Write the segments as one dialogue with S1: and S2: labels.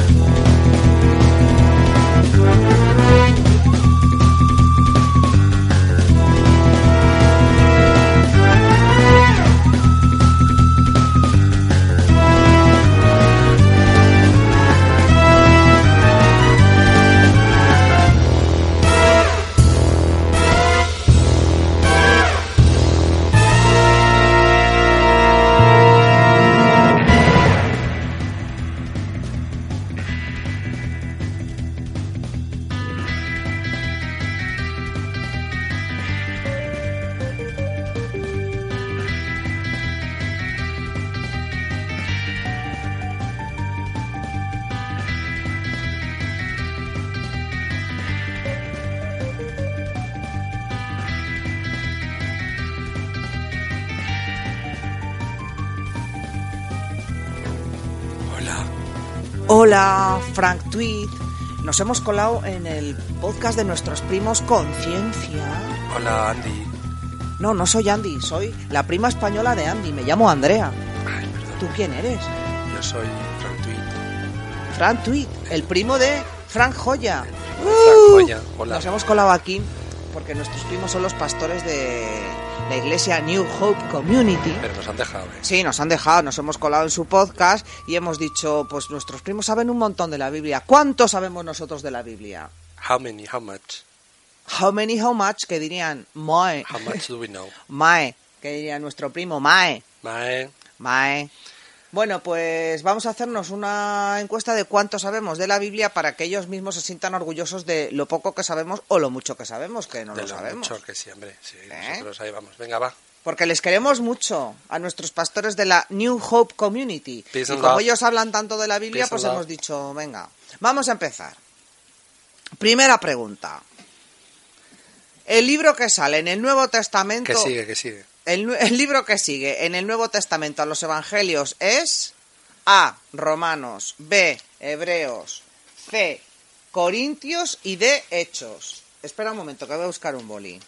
S1: Hola, Frank Tweet. Nos hemos colado en el podcast de nuestros primos Conciencia.
S2: Hola Andy.
S1: No, no soy Andy, soy la prima española de Andy. Me llamo Andrea.
S2: Ay, perdón.
S1: ¿Tú quién eres?
S2: Yo soy Frank Tweet.
S1: Frank Tweet, el primo de Frank Joya.
S2: Frank Joya, hola.
S1: Uh. Nos hemos colado aquí porque nuestros primos son los pastores de la iglesia New Hope Community.
S2: Pero nos han dejado, ¿eh?
S1: Sí, nos han dejado, nos hemos colado en su podcast y hemos dicho, pues nuestros primos saben un montón de la Biblia. ¿Cuánto sabemos nosotros de la Biblia?
S2: How many, how much?
S1: How many, how much, que dirían Mae,
S2: How much do we know?
S1: Mae, que diría nuestro primo Mae,
S2: Mae,
S1: Mae. Bueno, pues vamos a hacernos una encuesta de cuánto sabemos de la Biblia para que ellos mismos se sientan orgullosos de lo poco que sabemos o lo mucho que sabemos, que no
S2: de
S1: lo
S2: lo
S1: sabemos. ¿Eh?
S2: mucho que sí, hombre. Sí, nosotros ahí vamos. Venga, va.
S1: Porque les queremos mucho a nuestros pastores de la New Hope Community.
S2: Peace
S1: y
S2: and
S1: como
S2: love.
S1: ellos hablan tanto de la Biblia,
S2: Peace
S1: pues
S2: and
S1: hemos
S2: love.
S1: dicho, venga, vamos a empezar. Primera pregunta. El libro que sale en el Nuevo Testamento...
S2: Que sigue, que sigue.
S1: El, nue- el libro que sigue en el Nuevo Testamento a los Evangelios es A. Romanos, B. Hebreos, C. Corintios y D. Hechos. Espera un momento, que voy a buscar un boli.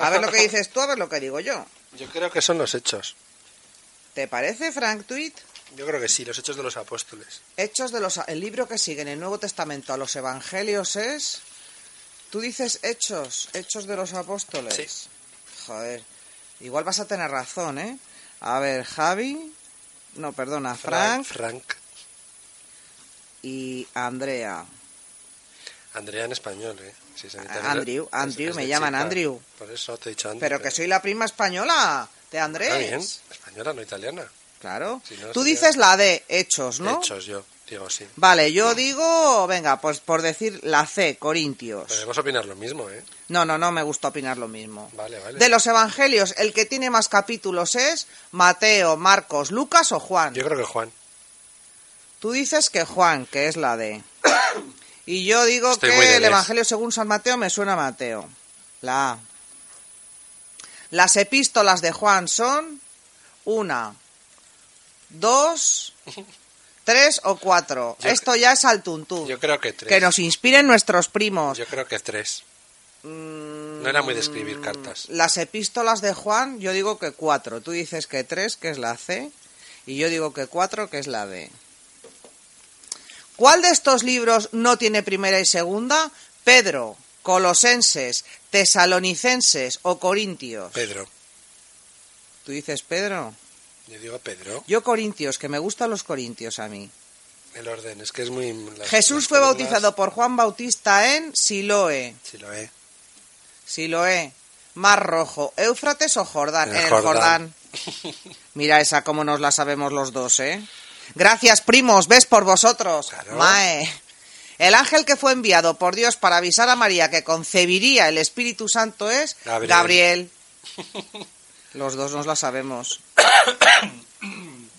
S1: A ver lo que dices tú, a ver lo que digo yo.
S2: Yo creo que son los hechos.
S1: ¿Te parece, Frank Tweet?
S2: Yo creo que sí, los hechos de los apóstoles.
S1: Hechos de los... El libro que sigue en el Nuevo Testamento a los Evangelios es Tú dices hechos, hechos de los apóstoles.
S2: Sí.
S1: Joder, igual vas a tener razón, ¿eh? A ver, Javi, no, perdona, Frank,
S2: Frank.
S1: y Andrea.
S2: Andrea en español, ¿eh? Sí, se me
S1: Ah,
S2: también-
S1: Andrew,
S2: es-
S1: Andrew,
S2: es
S1: me
S2: de
S1: llaman
S2: chica.
S1: Andrew.
S2: Por eso te he dicho Andrew.
S1: Pero que soy la prima española de
S2: Ah, bien.
S1: Andrés.
S2: Española, no italiana.
S1: Claro.
S2: Si no,
S1: Tú
S2: sería-
S1: dices la de hechos, ¿no? Pues-
S2: Hechos, yo. Digo, sí.
S1: Vale, yo digo, venga, pues por decir la C, Corintios.
S2: Podemos opinar lo mismo, ¿eh?
S1: No, no, no me gusta opinar lo mismo.
S2: Vale, vale.
S1: De los evangelios, el que tiene más capítulos es Mateo, Marcos, Lucas o Juan.
S2: Yo creo que Juan.
S1: Tú dices que Juan, que es la D. Y yo digo
S2: Estoy muy
S1: que
S2: de
S1: el
S2: des.
S1: Evangelio según San Mateo me suena a Mateo. La A. Las epístolas de Juan son una, dos, tres o cuatro.
S2: Yo-
S1: Esto ya es al tuntún.
S2: Yo creo que tres.
S1: Que nos inspiren nuestros primos.
S2: Yo creo que tres.
S1: Mm,
S2: No era muy de escribir cartas.
S1: Las epístolas de Juan, yo digo que cuatro. Tú dices que tres, que es la C, y yo digo que cuatro, que es la D. ¿Cuál de estos libros no tiene primera y segunda? Pedro, Colosenses, Tesalonicenses o Corintios.
S2: Pedro.
S1: ¿Tú dices Pedro?
S2: Yo digo Pedro.
S1: Yo Corintios, que me gustan los Corintios a mí.
S2: El orden. Es que es muy. las-
S1: Jesús
S2: las
S1: fue
S2: columnas-
S1: bautizado por Juan Bautista en Siloe.
S2: Sí, lo he.
S1: Siloé, Mar Rojo, Éufrates o Jordán.
S2: El
S1: El Jordán.
S2: Jordán.
S1: Mira esa como nos la sabemos los dos, ¿eh? Gracias, primos, ves por vosotros.
S2: Claro.
S1: Mae. El ángel que fue enviado por Dios para avisar a María que concebiría el Espíritu Santo es
S2: Gabriel.
S1: Gabriel. Los dos nos la sabemos.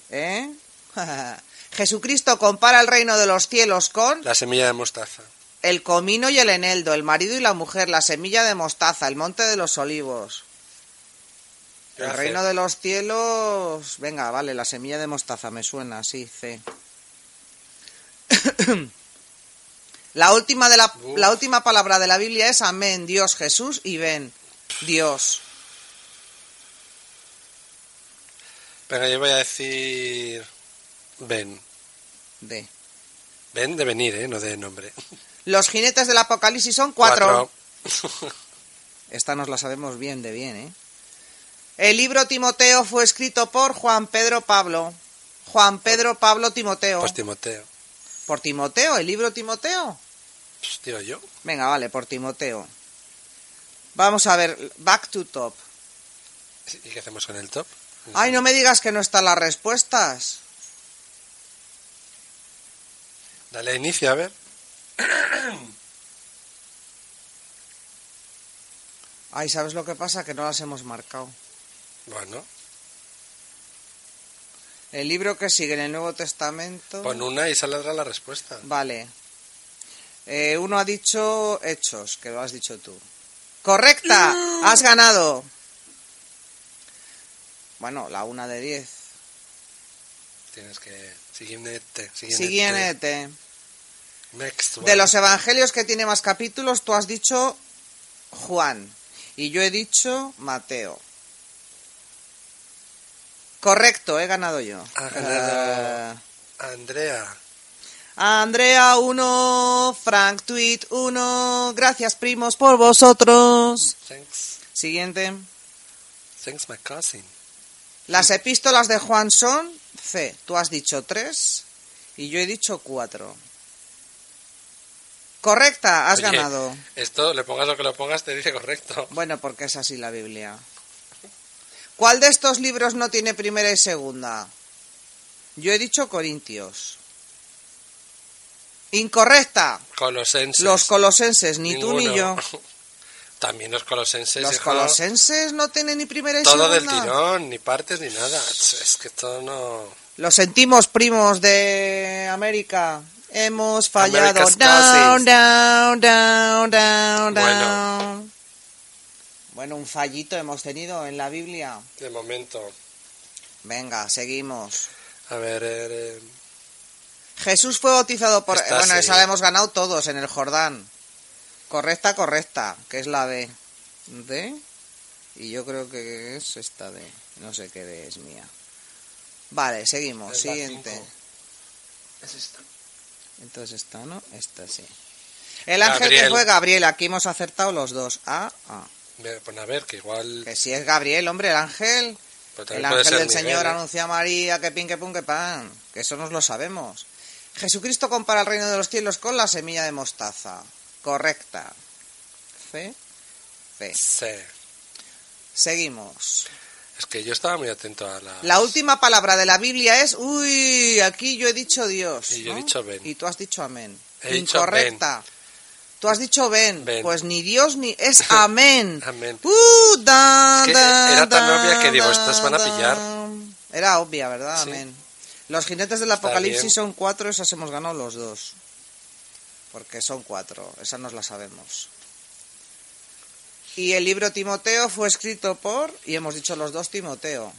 S1: ¿Eh? Jesucristo compara el reino de los cielos con
S2: La semilla de mostaza.
S1: el comino y el eneldo, el marido y la mujer, la semilla de mostaza, el monte de los olivos. El
S2: Gracias.
S1: reino de los cielos. Venga, vale, la semilla de mostaza me suena, sí, C. la, última de la,
S2: Uf.
S1: la última palabra de la Biblia es Amén, Dios, Jesús y ven, Dios.
S2: Venga, yo voy a decir. Ben.
S1: D.
S2: Ben de venir, ¿eh? No de nombre.
S1: Los jinetes del Apocalipsis son cuatro. Esta nos la sabemos bien de bien, ¿eh? El libro Timoteo fue escrito por Juan Pedro Pablo. Juan Pedro Pablo Timoteo.
S2: Pues Timoteo.
S1: ¿Por Timoteo? ¿El libro Timoteo?
S2: Pues, digo yo.
S1: Venga, vale, por Timoteo. Vamos a ver, back to top.
S2: ¿Y qué hacemos con el top?
S1: Ay, no me digas que no están las respuestas.
S2: Dale a inicio, a ver.
S1: Ay, ¿sabes lo que pasa? Que no las hemos marcado.
S2: Bueno,
S1: El libro que sigue en el Nuevo Testamento.
S2: pon una y saldrá la respuesta.
S1: Vale. Eh, uno ha dicho hechos, que lo has dicho tú. Correcta, has ganado. Bueno, la una de diez.
S2: Tienes que. Siguiente. Siguiente.
S1: Siguiente.
S2: Next one.
S1: De los evangelios que tiene más capítulos, tú has dicho Juan y yo he dicho Mateo. Correcto, he ganado yo.
S2: Has ganado.
S1: Eh,
S2: Andrea.
S1: Andrea 1, Frank Tweet 1, gracias primos por vosotros.
S2: Thanks.
S1: Siguiente.
S2: Thanks, my cousin.
S1: Las epístolas de Juan son C. Tú has dicho tres y yo he dicho cuatro. Correcta, has
S2: Oye.
S1: ganado.
S2: Esto, le pongas lo que lo pongas, te dice correcto.
S1: Bueno, porque es así la Biblia. ¿Cuál de estos libros no tiene primera y segunda? Yo he dicho Corintios. Incorrecta.
S2: Colosenses.
S1: Los colosenses, ni tú ni yo.
S2: Ninguno. También los colosenses.
S1: Los
S2: hijo.
S1: colosenses no tienen ni primera y
S2: Todo del
S1: segunda.
S2: tirón, ni partes ni nada. Es que todo no.
S1: Lo sentimos, primos de América. Hemos fallado.
S2: America's
S1: Down,
S2: cousins.
S1: down, down, down,
S2: Bueno.
S1: down. Bueno, un fallito hemos tenido en la Biblia.
S2: De momento.
S1: Venga, seguimos.
S2: A ver, eh, eh,
S1: Jesús fue bautizado por...
S2: Esta
S1: bueno,
S2: sí.
S1: esa la hemos ganado todos en el Jordán. Correcta, correcta, que es la D. D. Y yo creo que es esta D. No sé qué D es mía. Vale, seguimos.
S2: Es la
S1: Siguiente.
S2: cinco. es esta.
S1: Entonces esta, ¿no? Esta sí. El ángel que
S2: Gabriel.
S1: fue Gabriel, aquí hemos acertado los dos. Ah, ah.
S2: Ve- Bueno, a ver, que igual...
S1: Que si es Gabriel, hombre, el ángel.
S2: pero también
S1: El
S2: puede
S1: ángel
S2: ser
S1: del
S2: Miguel,
S1: Señor
S2: ¿eh?
S1: anuncia a María que pin, que pum, que pan. Que eso nos lo sabemos. Jesucristo compara el reino de los cielos con la semilla de mostaza. Correcta. Fe. Fe.
S2: Sí.
S1: Seguimos.
S2: Es que yo estaba muy atento a la...
S1: La última palabra de la Biblia es, uy, aquí yo he dicho Dios.
S2: Y yo he
S1: ¿no?
S2: dicho ven.
S1: Y tú has dicho amén.
S2: He dicho
S1: Incorrecta. Tú has dicho ven.
S2: Ven.
S1: Pues ni Dios ni es amén.
S2: Amén.
S1: Uh, da,
S2: Es que
S1: da,
S2: era tan
S1: da,
S2: obvia que digo,
S1: da,
S2: estas van a
S1: da.
S2: pillar.
S1: Era obvia, ¿verdad?
S2: Sí.
S1: Amén. Los jinetes del
S2: bien.
S1: apocalipsis son cuatro, esas hemos ganado los dos. Porque son cuatro, esas nos las sabemos. Y el libro Timoteo fue escrito por, y hemos dicho los dos Timoteo.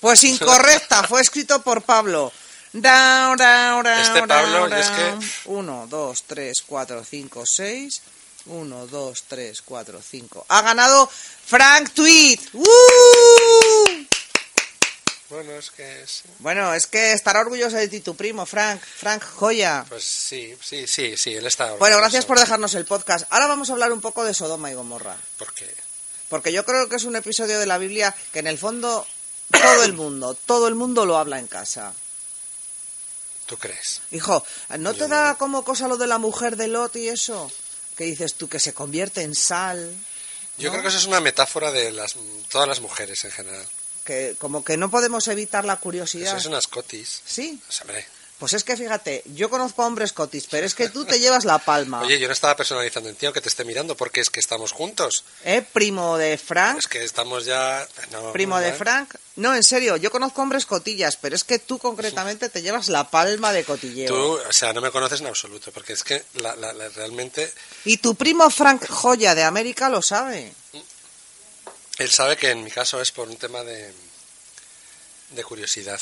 S1: Pues incorrecta, fue escrito por Pablo. Dao, dao, dao,
S2: Este Pablo,
S1: dao,
S2: es que-
S1: dao. Uno, dos, tres, cuatro, cinco, seis. Uno, dos, tres, cuatro, cinco. Ha ganado Frank Tweet. ¡Uh!
S2: Bueno, es que sí.
S1: Bueno, es que estará orgulloso de ti tu primo, Frank. Frank Joya.
S2: Pues sí, sí, sí, sí, él está...
S1: Bueno, gracias por dejarnos el podcast. Ahora vamos a hablar un poco de Sodoma y Gomorra.
S2: Porque...
S1: Porque yo creo que es un episodio de la Biblia que en el fondo todo el mundo, todo el mundo lo habla en casa.
S2: ¿Tú crees?
S1: Hijo, ¿no te
S2: Yo
S1: da como cosa lo de la mujer de Lot y eso? Que dices tú que se convierte en sal,
S2: Yo
S1: ¿No?
S2: creo que eso es una metáfora de las, todas las mujeres en general.
S1: que como que no podemos evitar la
S2: Eso
S1: curiosidad.
S2: Pues es unas cotis.
S1: Sí,
S2: Pues, hombre.
S1: pues es que fíjate, yo conozco a hombres cotis, pero es que tú te llevas la palma.
S2: Oye, yo no estaba personalizando en ti, aunque te esté mirando, porque es que estamos juntos.
S1: ¿Eh? Primo de Frank,
S2: Es que estamos ya... no,
S1: Ah. primo
S2: no,
S1: de
S2: ¿eh?
S1: Frank. No, en serio, yo conozco hombres cotillas, pero es que tú concretamente te llevas la palma de cotilleo.
S2: Tú, o sea, no me conoces en absoluto, porque es que la- la- la- realmente
S1: Y tu primo Frank Joya de América lo sabe.
S2: Eh, él sabe que en mi caso es por un tema de, de curiosidad.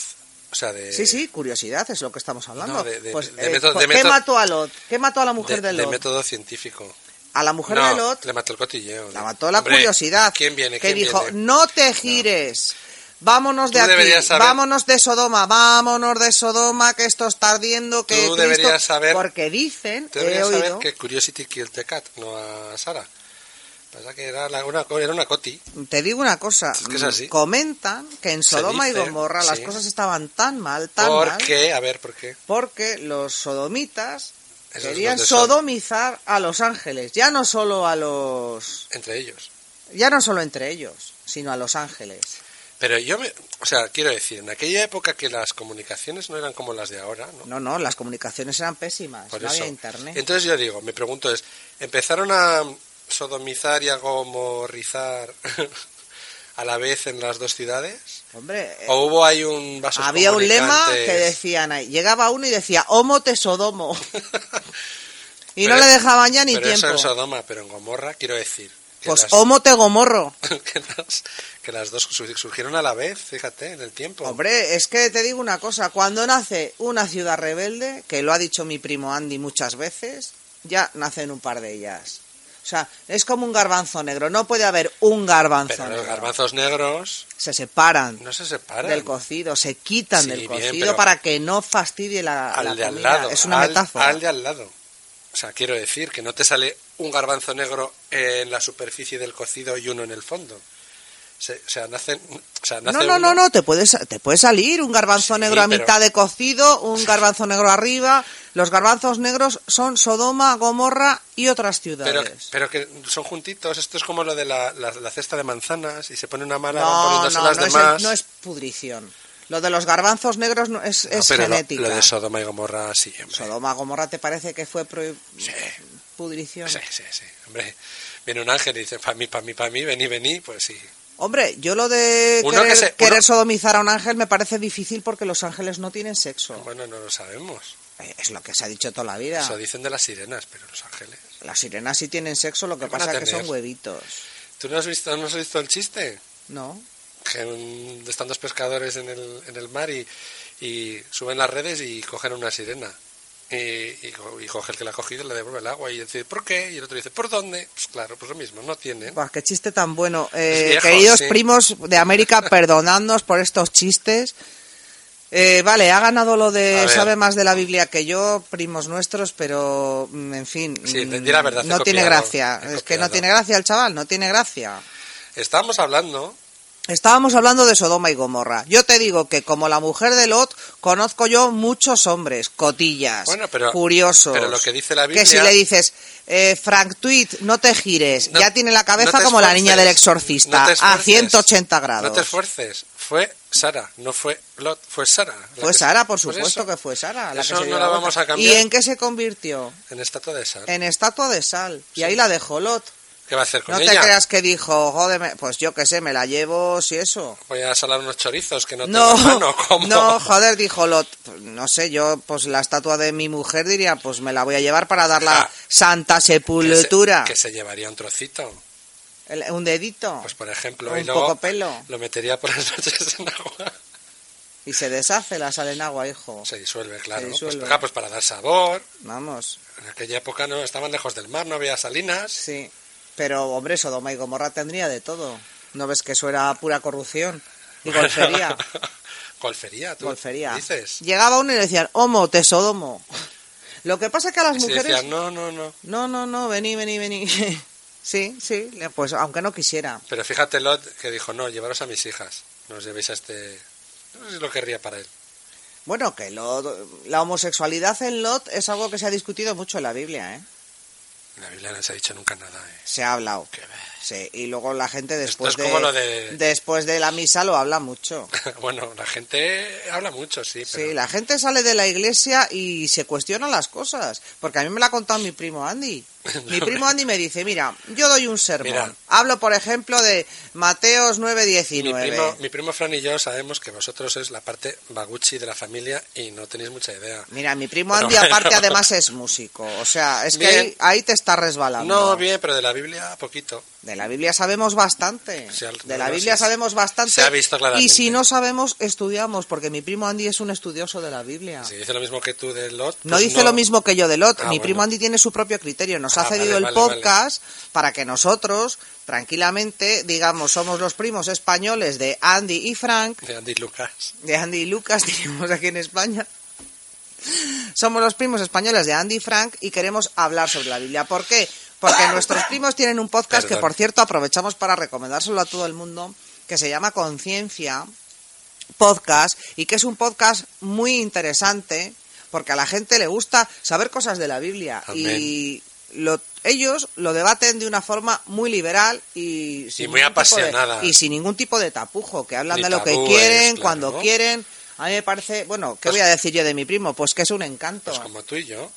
S2: O sea, de...
S1: Sí, sí, curiosidad es lo que estamos hablando.
S2: No, de- de-
S1: pues,
S2: de
S1: eh,
S2: método-
S1: ¿por
S2: de
S1: ¿Qué
S2: método-
S1: mató a Lot? ¿Qué mató a la mujer
S2: de-
S1: de,
S2: de
S1: Lot?
S2: método científico.
S1: A la mujer
S2: No,
S1: de Lot
S2: le mató el cotilleo.
S1: la mató la
S2: Hombre,
S1: curiosidad.
S2: ¿Quién viene?
S1: Que
S2: ¿Quién
S1: dijo, "Mm,
S2: viene?
S1: no te gires. Vámonos de
S2: Tú
S1: aquí,
S2: deberías saber-
S1: vámonos de Sodoma, vámonos de Sodoma, que esto está ardiendo, que
S2: Tú
S1: Cristo-".
S2: deberías saber-
S1: Porque dicen,
S2: Te
S1: he
S2: deberías saber
S1: oído,
S2: que Curiosity killed the cat, no a Sara. Pasa que era, la- una, era una coti.
S1: te digo una cosa,
S2: Es que es así.
S1: comentan que en
S2: Se
S1: Sodoma y
S2: dice,
S1: Gomorra las
S2: sí.
S1: cosas estaban tan mal, tan
S2: ¿Por
S1: mal,
S2: qué? A ver, ¿por qué?
S1: porque los sodomitas
S2: Esos
S1: querían
S2: los de Sodoma.
S1: sodomizar a los ángeles, ya no solo a los,
S2: Entre ellos.
S1: ya no solo entre ellos, sino a los ángeles.
S2: Pero yo, me, o sea, quiero decir, en aquella época que las comunicaciones no eran como las de ahora, ¿no?
S1: No, no, las comunicaciones eran pésimas,
S2: Por
S1: Pues no
S2: eso.
S1: había internet.
S2: Entonces yo digo, me pregunto es, ¿empezaron a sodomizar y a gomorizar a la vez en las dos ciudades?
S1: Hombre, eh,
S2: ¿O hubo ahí un vaso
S1: había un lema que decían ahí, llegaba uno y decía, homo te sodomo, y no le dejaban ya ni
S2: pero
S1: tiempo.
S2: Eso en Sodoma, pero en Gomorra quiero decir. que
S1: pues
S2: las-
S1: homo te gomorro.
S2: que, las, que las dos sur- surgieron a la vez, fíjate, en el tiempo.
S1: Hombre, es que te digo una cosa, cuando nace una ciudad rebelde, que lo ha dicho mi primo Andy muchas veces, ya nacen un par de ellas. O sea, es como un garbanzo negro, no puede haber un garbanzo
S2: pero
S1: negro.
S2: los garbanzos negros
S1: Se separan
S2: no se separan.
S1: del cocido, se quitan
S2: Sí,
S1: del
S2: bien,
S1: cocido
S2: pero-
S1: para que no fastidie la, la
S2: al de al
S1: comida.
S2: lado.
S1: es una
S2: al,
S1: metáfora.
S2: al de al lado. O sea, quiero decir que no te sale un garbanzo negro en la superficie del cocido y uno en el fondo. Se- o sea, nacen. O sea, nace
S1: No, no,
S2: uno-
S1: no, no, te puede, sa- te puede salir un garbanzo
S2: Sí,
S1: negro a
S2: pero-
S1: mitad de cocido, un garbanzo negro arriba. Los garbanzos negros son Sodoma, Gomorra y otras
S2: Pero,
S1: ciudades.
S2: pero que son juntitos. Esto es como lo de la, la- la cesta de manzanas y se pone una mala van
S1: no,
S2: poniéndose
S1: no,
S2: las
S1: no, es,
S2: demás.
S1: no es pudrición. Lo de los garbanzos negros no- es,
S2: No,
S1: es
S2: pero lo-
S1: genética.
S2: Lo, de Sodoma y Gomorra sí, hombre.
S1: Sodoma, Gomorra, ¿te parece que fue pro- pudrición?
S2: Sí, sí, sí. Hombre, viene un ángel y dice, pa' mí, pa' mí, pa' mí, vení, vení, pues sí.
S1: Hombre, yo lo de
S2: Uno que
S1: querer,
S2: se-
S1: querer
S2: uno-
S1: sodomizar a un ángel me parece difícil porque los ángeles no tienen sexo.
S2: Bueno, no lo sabemos.
S1: Eh, Es lo que se ha dicho toda la vida.
S2: Eso dicen de las sirenas, pero los ángeles.
S1: Las sirenas sí tienen sexo, lo que
S2: ¿Qué van a
S1: pasa es que
S2: tener?
S1: son huevitos.
S2: ¿Tú no has visto, no has visto el chiste?
S1: ¿No?
S2: Que un- están dos pescadores en el, en el mar y, y suben las redes y cogen una sirena. Y, y, co- y coge el que la ha cogido y le devuelve el agua. Y dice, ¿por qué? Y el otro dice, ¿por dónde? Pues claro, pues lo mismo, no tienen.
S1: Buah, qué chiste tan bueno. Eh,
S2: viejo,
S1: queridos
S2: sí.
S1: primos de América, perdonadnos por estos chistes. Eh, vale, ha ganado lo
S2: A
S1: de
S2: ver.
S1: sabe más de la Biblia que yo, primos nuestros, pero mm, en fin,
S2: Sí,
S1: mm,
S2: di- di la verdad, he
S1: no tiene
S2: copiado,
S1: gracia.
S2: he
S1: Es que no
S2: copiado.
S1: tiene gracia el chaval, no tiene gracia.
S2: Estábamos hablando.
S1: Estábamos hablando de Sodoma y Gomorra. Yo te digo que como la mujer de Lot, conozco yo muchos hombres, cotillas,
S2: Bueno, pero-
S1: curiosos.
S2: pero lo que dice la Biblia-
S1: Que si le dices, eh, Frank Tweet, no te gires,
S2: No-
S1: ya tiene la
S2: no
S1: cabeza
S2: te
S1: como la
S2: esfuerces,
S1: niña del
S2: no
S1: exorcista,
S2: te
S1: a
S2: esfuerces,
S1: 180 grados.
S2: No te esfuerces. Fue Sara, no fue Lot, fue Sara. la
S1: fue
S2: que-
S1: Sara,
S2: Pues
S1: por supuesto
S2: eso,
S1: que fue Sara. La que
S2: eso
S1: se
S2: no
S1: dio
S2: la vamos
S1: vuelta.
S2: a cambiar.
S1: ¿Y en qué se convirtió?
S2: En estatua de Sara.
S1: En estatua de sal. Y ahí la dejó Lot.
S2: ¿Qué va a hacer con
S1: No te
S2: ella?
S1: creas que dijo, jódeme, pues yo qué sé, me la llevo si eso.
S2: Voy a salar unos chorizos que no,
S1: No,
S2: tengo mano. ¿Cómo?
S1: no, joder, dijo Lot. No sé, yo, pues la estatua de mi mujer diría, pues me la voy a llevar para dar la
S2: Ah.
S1: santa
S2: que se,
S1: sepultura.
S2: que se llevaría un trocito.
S1: El- Un dedito.
S2: Pues por ejemplo,
S1: Un
S2: y luego
S1: poco pelo.
S2: lo metería por las noches en agua.
S1: Y se deshace la sal en agua, hijo.
S2: Se disuelve, claro.
S1: disuelve.
S2: Pues, ah, pues para dar sabor.
S1: Vamos,
S2: En aquella época no estaban lejos del mar, no había salinas.
S1: sí. Pero, hombre, Sodoma y Gomorra tendría de todo. ¿No ves que eso era pura corrupción? Y golfería.
S2: golfería, tú
S1: golfería.
S2: dices.
S1: Llegaba uno y le decían, homo, te sodomo. Lo que pasa es que a las
S2: Y se
S1: mujeres...
S2: decía, no, no, no.
S1: No, no, no, vení, vení, vení. sí, sí, le- pues aunque no quisiera.
S2: Pero fíjate Lot que dijo, no, llevaros a mis hijas. No os llevéis a este... No sé si lo querría para él.
S1: Bueno, que Lot- la homosexualidad en Lot es algo que se ha discutido mucho en la Biblia, ¿eh?
S2: En la Biblia no se ha dicho nunca nada. ¿eh?
S1: Se ha hablado.
S2: Qué ver.
S1: Sí, y luego la gente después
S2: es como
S1: de,
S2: lo de-
S1: después de la misa lo habla mucho.
S2: bueno, la gente habla mucho, sí, pero...
S1: Sí, la gente sale de la iglesia y se cuestiona las cosas, porque a mí me la ha contado mi primo Andy. Mi primo Andy me dice, mira, yo doy un sermón.
S2: Mira.
S1: Hablo, por ejemplo, de Mateos
S2: Mi
S1: 9:19.
S2: primo, mi primo Fran y yo sabemos que vosotros sois la parte baguchi de la familia y no tenéis mucha idea.
S1: Mira, mi primo
S2: Pero
S1: Andy
S2: bueno.
S1: aparte además es músico, o sea, es que
S2: Bien.
S1: ahí, ahí te está resbalando.
S2: No, bien, pero de la Biblia poquito.
S1: De la Biblia sabemos bastante.
S2: Se ha-
S1: de la
S2: no,
S1: Biblia
S2: se-
S1: sabemos bastante.
S2: se ha visto claramente.
S1: Y si no sabemos, estudiamos, porque mi primo Andy es un estudioso de la Biblia.
S2: Si dice lo mismo que tú de Lot...
S1: Ah. No
S2: pues
S1: dice lo mismo que yo de Lot.
S2: Ah,
S1: mi
S2: bueno.
S1: primo Andy tiene su propio criterio. Nos
S2: Ah,
S1: ha cedido
S2: vale,
S1: el
S2: vale,
S1: podcast para que nosotros, tranquilamente, digamos, somos los primos españoles de Andy y Frank,
S2: De Andy Lucas.
S1: de Andy y Lucas, tenemos aquí en España. Somos los primos españoles de Andy y Frank y queremos hablar sobre la Biblia. ¿Por qué? Porque nuestros primos tienen un podcast que,
S2: Perdón.
S1: por cierto, aprovechamos para recomendárselo a todo el mundo, que se llama Conciencia Podcast y que es un podcast muy interesante porque a la gente le gusta saber cosas de la Biblia y lo- ellos lo debaten de una forma muy liberal y, sin
S2: Y muy
S1: ningún tipo de-
S2: apasionada.
S1: y sin ningún tipo de tapujo, que hablan
S2: Ni
S1: de lo que
S2: tabúes,
S1: quieren,
S2: claro.
S1: cuando quieren. A mí me parece, bueno, ¿qué
S2: Pues-
S1: voy a decir yo de mi primo? Pues que es un encanto.
S2: Pues como tú y yo.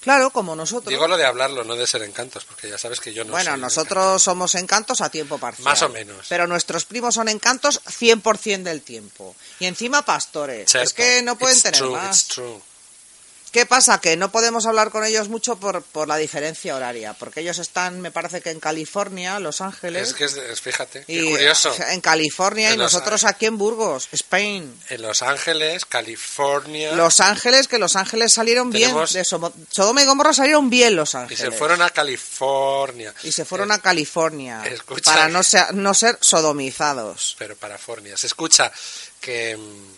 S1: Claro, como nosotros.
S2: Digo lo de hablarlo, no de ser encantos, porque ya sabes que yo no
S1: bueno,
S2: soy
S1: nosotros somos encantos a tiempo parcial.
S2: Más o menos.
S1: Pero nuestros primos son encantos 100% del tiempo. Y encima pastores.
S2: Cierto.
S1: Es que no pueden
S2: It's
S1: tener
S2: true,
S1: más.
S2: it's true.
S1: ¿Qué pasa? Que no podemos hablar con ellos mucho por, por la diferencia horaria, porque ellos están, me parece que en California, Los Ángeles,
S2: Es que, es, es- fíjate, qué
S1: y
S2: curioso.
S1: en California y
S2: En Los
S1: nosotros aquí en Burgos, Spain.
S2: En Los Ángeles, California,
S1: Los Ángeles, que Los Ángeles salieron
S2: Tenemos-
S1: bien, de Somo- Sodoma y Gomorra salieron bien Los
S2: y
S1: Ángeles.
S2: se fueron a California.
S1: Y se fueron
S2: Eh,
S1: a California
S2: Escucha.
S1: para no ser, no ser sodomizados.
S2: Eh, Pero para Fornia. Se escucha que... mm,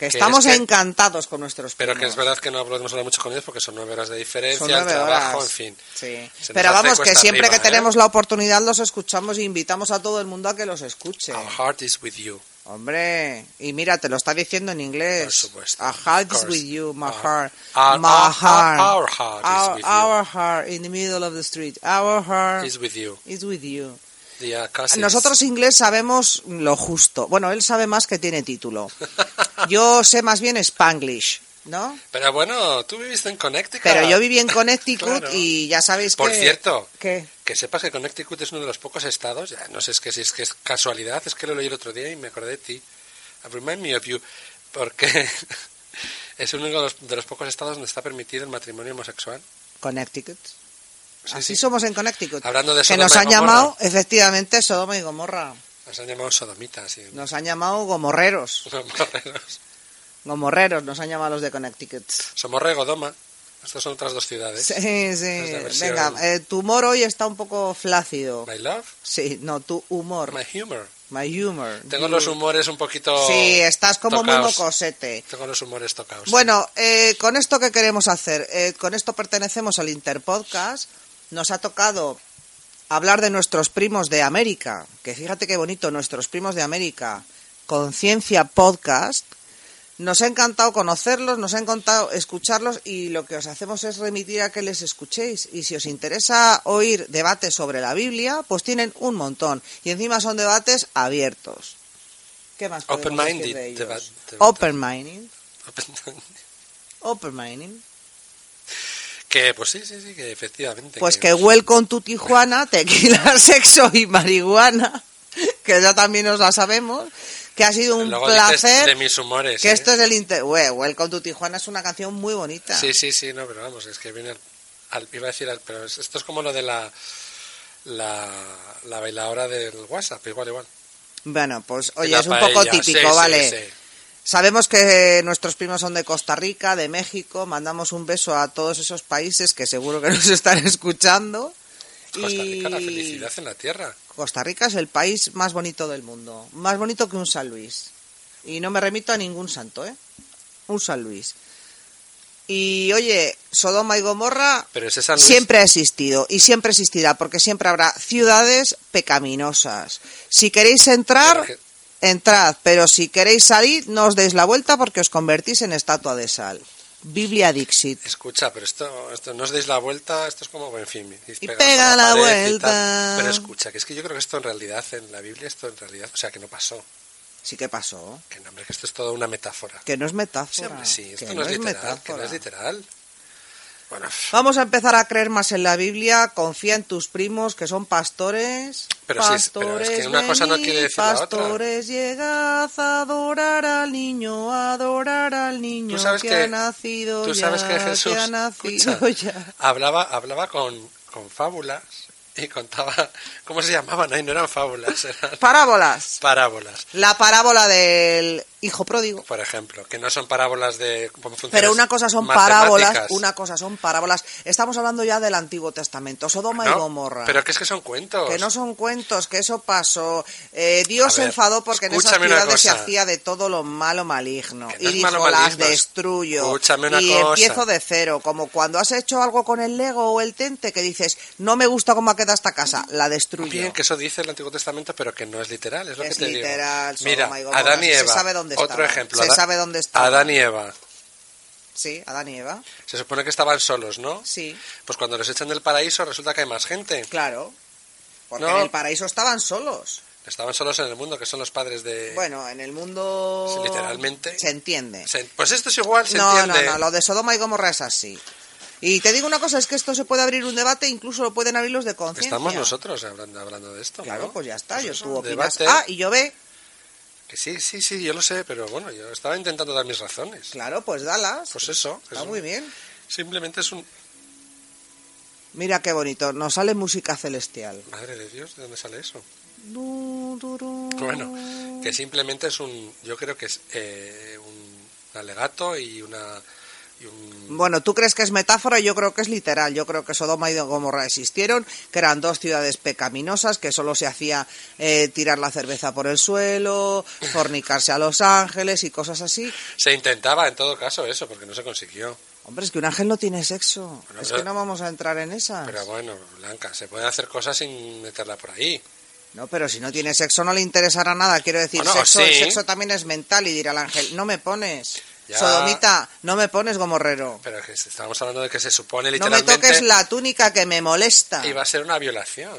S1: Que
S2: Que
S1: estamos
S2: es que-
S1: encantados con nuestros
S2: Pero que
S1: primos.
S2: es verdad que no podemos hablar mucho con ellos porque son nueve horas de diferencia,
S1: Son
S2: el
S1: nueve
S2: trabajo,
S1: horas.
S2: en fin.
S1: Sí.
S2: Se nos
S1: Pero
S2: hace
S1: vamos, que
S2: cuesta
S1: siempre
S2: arriba,
S1: que
S2: ¿eh?
S1: tenemos la oportunidad los escuchamos e invitamos a todo el mundo a que los escuche.
S2: Our heart is with you.
S1: Hombre, y mira, te lo está diciendo en inglés.
S2: Por supuesto.
S1: A heart
S2: Of
S1: is
S2: course.
S1: with you, my
S2: Our-
S1: heart.
S2: our-
S1: my
S2: our-
S1: heart.
S2: our heart is
S1: Our-
S2: with you.
S1: our heart in the middle of the street. Our heart
S2: Is with you. uh,
S1: is with you.
S2: Dear cousins.
S1: Ah. Nosotros inglés sabemos lo justo. Bueno, él sabe más que tiene título. Yo sé más bien Spanglish, ¿no?
S2: Pero bueno, tú viviste en Connecticut.
S1: Pero yo viví en Connecticut
S2: Claro.
S1: y este ya sabéis
S2: Por
S1: que...
S2: cierto,
S1: ¿Qué?
S2: que sepas que Connecticut es uno de los pocos estados, ya no sé es que, si es que es casualidad, es que lo leí el otro día y me acordé de ti. Uh, Remind me of you, porque es uno de los, de los pocos estados donde está permitido el matrimonio homosexual.
S1: Connecticut.
S2: Sí,
S1: Así
S2: sí.
S1: somos en Connecticut.
S2: Hablando de
S1: que
S2: Sodoma
S1: nos
S2: y
S1: han
S2: Gomorra.
S1: llamado, efectivamente, Sodoma y Gomorra.
S2: Nos han llamado sodomitas y
S1: Nos han llamado gomorreros. Gomorreros nos han llamado los de Connecticut.
S2: Somorrego, Doma. Estas son otras dos ciudades.
S1: Sí,
S2: la
S1: sí.
S2: versión-
S1: Venga, eh, tu humor hoy está un poco flácido.
S2: My love,
S1: Sí, no, tu humor.
S2: my humor.
S1: My humor.
S2: Tengo los humores un poquito.
S1: Mm. Sí, estás como muy
S2: tocaos.
S1: mocosete.
S2: Tengo los humores tocados.
S1: Bueno, eh, con esto que queremos hacer, Eh, con esto pertenecemos al Interpodcast. Nos ha tocado hablar de nuestros primos de América, que fíjate qué bonito, nuestros primos de América, Conciencia Podcast. Nos ha encantado conocerlos, nos ha encantado escucharlos y lo que os hacemos es remitir a que les escuchéis. Y si os interesa oír debates sobre la Biblia, pues tienen un montón. Y encima son debates abiertos. ¿Qué más? podemos
S2: Open-minded
S1: decir de ellos?
S2: deba- debate.
S1: Open-minded. Open Mining.
S2: que pues sí, sí, sí, que efectivamente.
S1: Pues que welcome to Tijuana, tequila, sexo y marihuana, que ya también nos la sabemos, que ha sido un
S2: Luego dices
S1: placer.
S2: de mis humores.
S1: que
S2: ¿eh?
S1: esto es del inter. Güey, welcome to Tijuana es una canción muy bonita.
S2: Sí, sí, sí, no, pero vamos, es que viene al, al- iba a decir al, pero es- esto es como lo de la la, la bailadora del WhatsApp, igual, igual.
S1: Bueno, pues oye,
S2: La
S1: es un poco
S2: paella, sí,
S1: típico,
S2: sí,
S1: ¿vale?
S2: sí.
S1: Sabemos que nuestros primos son de Costa Rica, de México. Mandamos un beso a todos esos países que seguro que nos están escuchando.
S2: Costa Rica, la
S1: Y-
S2: felicidad en la tierra.
S1: Costa Rica es el país más bonito del mundo, más bonito que un San Luis. Y no me remito a ningún santo, ¿eh? Un San Luis. Y oye, Sodoma y Gomorra
S2: Pero ese San Luis-
S1: siempre ha existido y siempre existirá, porque siempre habrá ciudades pecaminosas. Si queréis entrar,
S2: Pero
S1: entrad, pero si queréis salir, no os deis la vuelta porque os convertís en estatua de sal. Biblia Dixit.
S2: Escucha, pero esto, esto no os deis la vuelta, esto es como buen fin.
S1: Y pega la vuelta.
S2: Pero escucha, que es que yo creo que esto en realidad, en la Biblia, esto en realidad, o sea, que no pasó.
S1: Sí que pasó.
S2: Que no, hombre, que esto es toda una metáfora.
S1: Que no es
S2: Sí,
S1: metáfora.
S2: hombre, sí, esto
S1: que
S2: no, es literal,
S1: metáfora.
S2: que no es literal. Bueno, pff,
S1: Vamos a empezar a creer más en la Biblia. Confía en tus primos que son pastores.
S2: Pero sí, es- pero
S1: pastores,
S2: es que una cosa no quiere decir la otra.
S1: Pastores, llegad a adorar al niño, a adorar al niño
S2: tú sabes
S1: que,
S2: que,
S1: ha nacido
S2: tú
S1: ya,
S2: sabes que Jesús
S1: ha nacido
S2: escucha,
S1: ya.
S2: hablaba, hablaba con, con fábulas y contaba, ¿cómo se llamaban? Ahí no eran fábulas, eran
S1: Parábolas.
S2: parábolas.
S1: La parábola del hijo pródigo.
S2: Por ejemplo, que no son parábolas de cómo funcionan
S1: Pero
S2: las
S1: una cosa son
S2: matemáticas.
S1: parábolas, una cosa son parábolas. Estamos hablando ya del Antiguo Testamento, Sodoma y
S2: No,
S1: Gomorra.
S2: Pero que es que son cuentos.
S1: Que no son cuentos, que eso pasó. Eh, Dios
S2: A
S1: se
S2: ver,
S1: enfadó porque en esas
S2: escúchame una
S1: ciudades se
S2: cosa.
S1: hacía de todo lo malo maligno.
S2: Que no
S1: y
S2: es
S1: dijo,
S2: malo
S1: las
S2: maligno,
S1: destruyo.
S2: escúchame una
S1: y
S2: cosa.
S1: empiezo de cero. Como cuando has hecho algo con el Lego o el Tente que dices, no me gusta cómo ha quedado esta casa, la destruyo.
S2: Bien, que eso dice el Antiguo Testamento, pero que no es literal, es lo
S1: Es
S2: que te
S1: literal, oh
S2: digo.
S1: Sodoma
S2: Mira,
S1: y Gomorra,
S2: Adán y
S1: se
S2: Eva.
S1: sabe dónde
S2: otro
S1: estaban,
S2: ejemplo.
S1: se
S2: Adán-
S1: sabe dónde estaban.
S2: Adán y Eva.
S1: Sí, Adán y Eva.
S2: Se supone que estaban solos, ¿no?
S1: Sí,
S2: Pues cuando los echan del paraíso resulta que hay más gente.
S1: claro. Porque
S2: No.
S1: en el paraíso estaban solos.
S2: Estaban solos en el mundo, que son los padres de...
S1: Bueno, en el mundo.
S2: Sí, literalmente.
S1: Se entiende.
S2: Se- Pues esto es igual, se
S1: no,
S2: entiende.
S1: no, no, lo de Sodoma y Gomorra es así. Y te digo una cosa, es que esto se puede abrir un debate, incluso lo pueden abrir los de conciencia.
S2: Estamos nosotros hablando, hablando de esto,
S1: Claro,
S2: ¿no?
S1: pues ya está, yo
S2: eso,
S1: tú opinas
S2: debate.
S1: Ah, y yo ve.
S2: Que sí, sí, sí, yo lo sé, pero bueno, yo estaba intentando dar mis razones.
S1: Claro, pues dalas.
S2: Pues eso.
S1: está
S2: es un-
S1: muy bien.
S2: Simplemente es un...
S1: Mira qué bonito, nos sale música celestial.
S2: Madre de Dios, ¿de dónde sale eso?
S1: Du, du, du.
S2: Bueno, que simplemente es un... Yo creo que es eh, un alegato y una... y un-
S1: Bueno, tú crees que es metáfora, yo creo que es literal. Yo creo que Sodoma y Gomorra existieron, que eran dos ciudades pecaminosas, que solo se hacía eh, tirar la cerveza por el suelo, fornicarse a los ángeles y cosas así.
S2: Se intentaba en todo caso eso, porque no se consiguió.
S1: Hombre, es que un ángel no tiene sexo.
S2: Bueno,
S1: es
S2: pero-
S1: que no vamos a entrar en esas.
S2: Pero bueno, Blanca, se pueden hacer cosas sin meterla por ahí.
S1: No, pero si no tiene sexo no le interesará nada. Quiero decir,
S2: Bueno,
S1: sexo, el
S2: sí.
S1: sexo también es mental y dirá el ángel, no me pones.
S2: Ya.
S1: Sodomita, no me pones gomorrero.
S2: Pero que estábamos hablando de que se supone
S1: No me
S2: literalmente...
S1: toques la túnica que me molesta.
S2: Iba a ser una violación.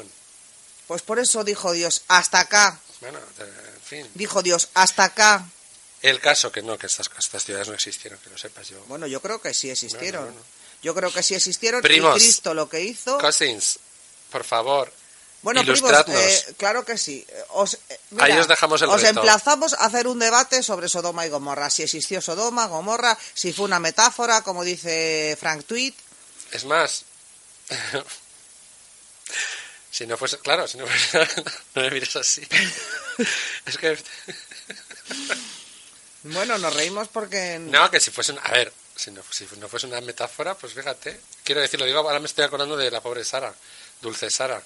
S1: Pues por eso dijo Dios, hasta acá.
S2: Bueno, eh, en fin.
S1: Dijo Dios, hasta acá.
S2: El caso que no, que estas, estas ciudades no existieron, que lo sepas yo.
S1: Bueno, yo creo que sí existieron.
S2: Bueno, bueno.
S1: Yo creo que sí existieron.
S2: Primos.
S1: Y Cristo lo que hizo.
S2: Cousins, por favor.
S1: Bueno, primos,
S2: ilustradnos.
S1: eh, claro que sí. Eh, Os, eh, mira,
S2: Ahí os dejamos el
S1: os
S2: reto.
S1: emplazamos a hacer un debate sobre Sodoma y Gomorra. Si existió Sodoma, Gomorra, si fue una metáfora, como dice Frank Tweet.
S2: Es más, si no fuese, claro, si no fuese, no me mires así. es que,
S1: Bueno, nos reímos porque...
S2: no, que si fuese, una- a ver, si no, si no fuese una metáfora, pues fíjate. Quiero decir, lo digo, ahora me estoy acordando de la pobre Sara, dulce Sara.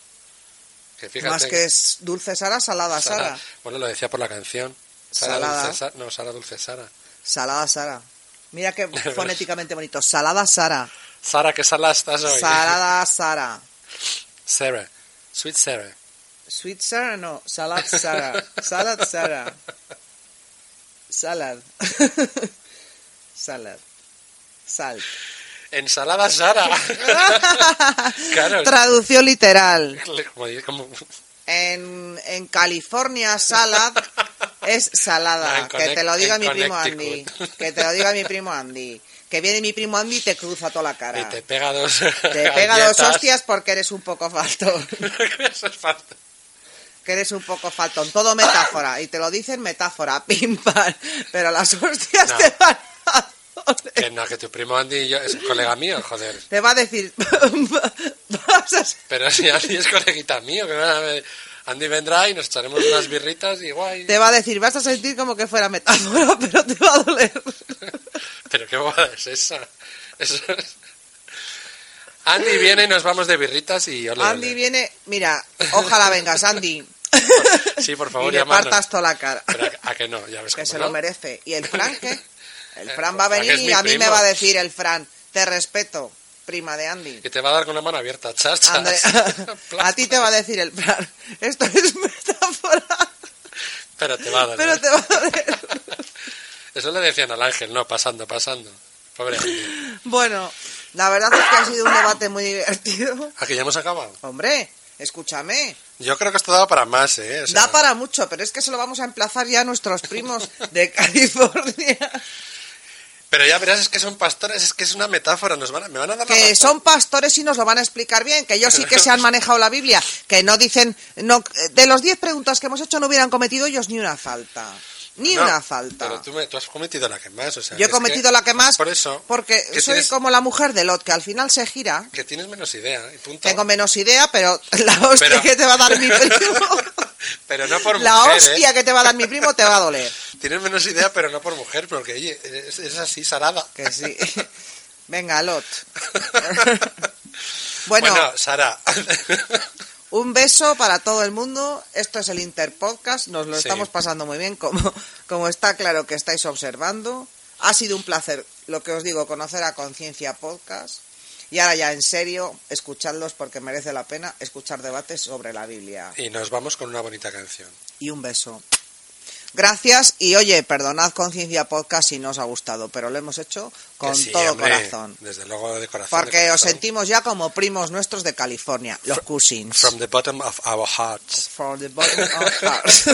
S2: Que fíjate
S1: Más que es dulce Sara, salada Sara.
S2: Bueno, lo decía por la canción. Sara
S1: Salada.
S2: Dulce Sara. No, Sara Dulce Sara.
S1: Salada Sara. Mira qué fonéticamente bonito. Salada Sara.
S2: Sara, que sala estás hoy.
S1: Salada Sara.
S2: Sarah. Sweet Sarah.
S1: Sweet Sara no. Salad Sara. Salad Sara. Salad. Salad. Salt.
S2: Ensalada Sara. claro.
S1: Traducción literal.
S2: Como, di- como-
S1: En, en California, salad es
S2: Ah,
S1: salada.
S2: en
S1: que te lo
S2: Connect-
S1: diga
S2: en
S1: mi primo Andy.
S2: Connecticut.
S1: Que te lo diga mi primo Andy. Que viene mi primo Andy y te cruza toda la
S2: y
S1: cara.
S2: te pega dos.
S1: Ah. Te pega dos
S2: galletas.
S1: hostias porque eres un poco faltón.
S2: Eso es falta.
S1: Que eres un poco faltón. Todo metáfora. Y te lo dicen metáfora. Pim, pam. Pero las hostias
S2: No.
S1: te van a...
S2: Que no, que tu primo Andy y yo es un colega mío, joder.
S1: Te va a decir... Vas a ser-
S2: Pero si Andy es coleguita mío, que van a ver- Andy vendrá y nos echaremos unas birritas y guay.
S1: Te va a decir... Vas a sentir como que fuera metáfora, pero te va a doler.
S2: Pero qué bobada es esa. Eso es- Andy viene y nos vamos de birritas y ole,
S1: Andy
S2: ole.
S1: viene... Mira, ojalá vengas, Andy.
S2: Sí, por favor,
S1: y le
S2: llamadnos.
S1: partas toda la cara.
S2: Pero a, a que no, ya ves
S1: que
S2: cómo
S1: se
S2: no.
S1: lo merece. ¿Y el Fran qué? El
S2: Eh,
S1: Fran va a
S2: Fran
S1: venir
S2: es mi
S1: y a mí me
S2: primo.
S1: va a decir el Fran, te respeto, prima de Andy.
S2: Y te va a dar con la mano abierta, chas, chas.
S1: André- a ti te va a decir el Fran, esto es metáfora,
S2: Pero te va a dar. ¿eh?
S1: pero te va a doler.
S2: Eso le decían al ángel, no, pasando, pasando. Pobre Andy.
S1: Bueno, la verdad es que ha sido un debate muy divertido.
S2: Aquí ya hemos acabado.
S1: Hombre, escúchame,
S2: Yo creo que esto daba para más, ¿eh? O sea,
S1: da para mucho, pero es que se lo vamos a emplazar ya a nuestros primos de California,
S2: Pero ya verás, es que son pastores, es que es una metáfora. Nos van a- me van a dar la
S1: que
S2: razón.
S1: son pastores y nos lo van a explicar bien, que ellos sí que se han manejado la Biblia, que no dicen, no, de los 10 preguntas que hemos hecho no hubieran cometido ellos ni una falta, ni
S2: No,
S1: una falta.
S2: Pero tú, me- tú has cometido la que más, o sea.
S1: Yo he
S2: es
S1: cometido
S2: que-
S1: la que más
S2: Por eso.
S1: porque
S2: que
S1: soy
S2: tienes-
S1: como la mujer de Lot, que al final se gira.
S2: Que tienes menos idea, y punto.
S1: Tengo menos idea, pero la hostia
S2: Pero-
S1: que te va a dar mi primo.
S2: pero no por
S1: la
S2: mujer,
S1: hostia
S2: ¿eh?
S1: que te va a dar mi primo te va a doler.
S2: Tienes menos idea, pero no por mujer, porque oye, es, es así, Sarada.
S1: Que sí. Venga, Lot. Bueno,
S2: bueno, Sara.
S1: un beso para todo el mundo. Esto es el Interpodcast. Nos lo
S2: Sí.
S1: estamos pasando muy bien, como, como está claro que estáis observando. Ha sido un placer, lo que os digo, conocer a Conciencia Podcast. Y ahora ya en serio, escuchadlos porque merece la pena escuchar debates sobre la Biblia.
S2: y nos vamos con una bonita canción.
S1: y un beso. Gracias y oye, perdonad Conciencia Podcast si no os ha gustado, pero lo hemos hecho con
S2: Que sí,
S1: todo
S2: hombre,
S1: corazón.
S2: Desde luego de corazón. de
S1: Porque os
S2: corazón.
S1: sentimos ya como primos nuestros de California, los cousins.
S2: From the bottom of our hearts.
S1: From the bottom of hearts.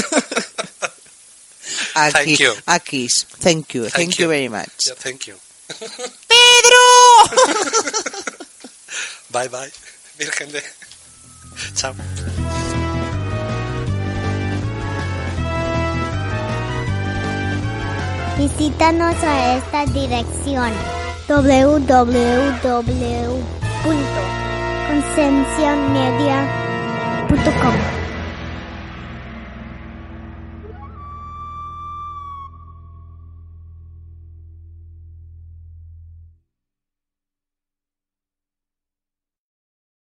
S1: A
S2: Thank
S1: kiss-
S2: you.
S1: a kiss. Thank you. Thank, you.
S2: you.
S1: very much.
S2: Yeah, thank you.
S1: ¡Pedro!
S2: Bye bye. Virgen de. Chao.
S3: Visítanos a esta dirección www.concienciamedia.com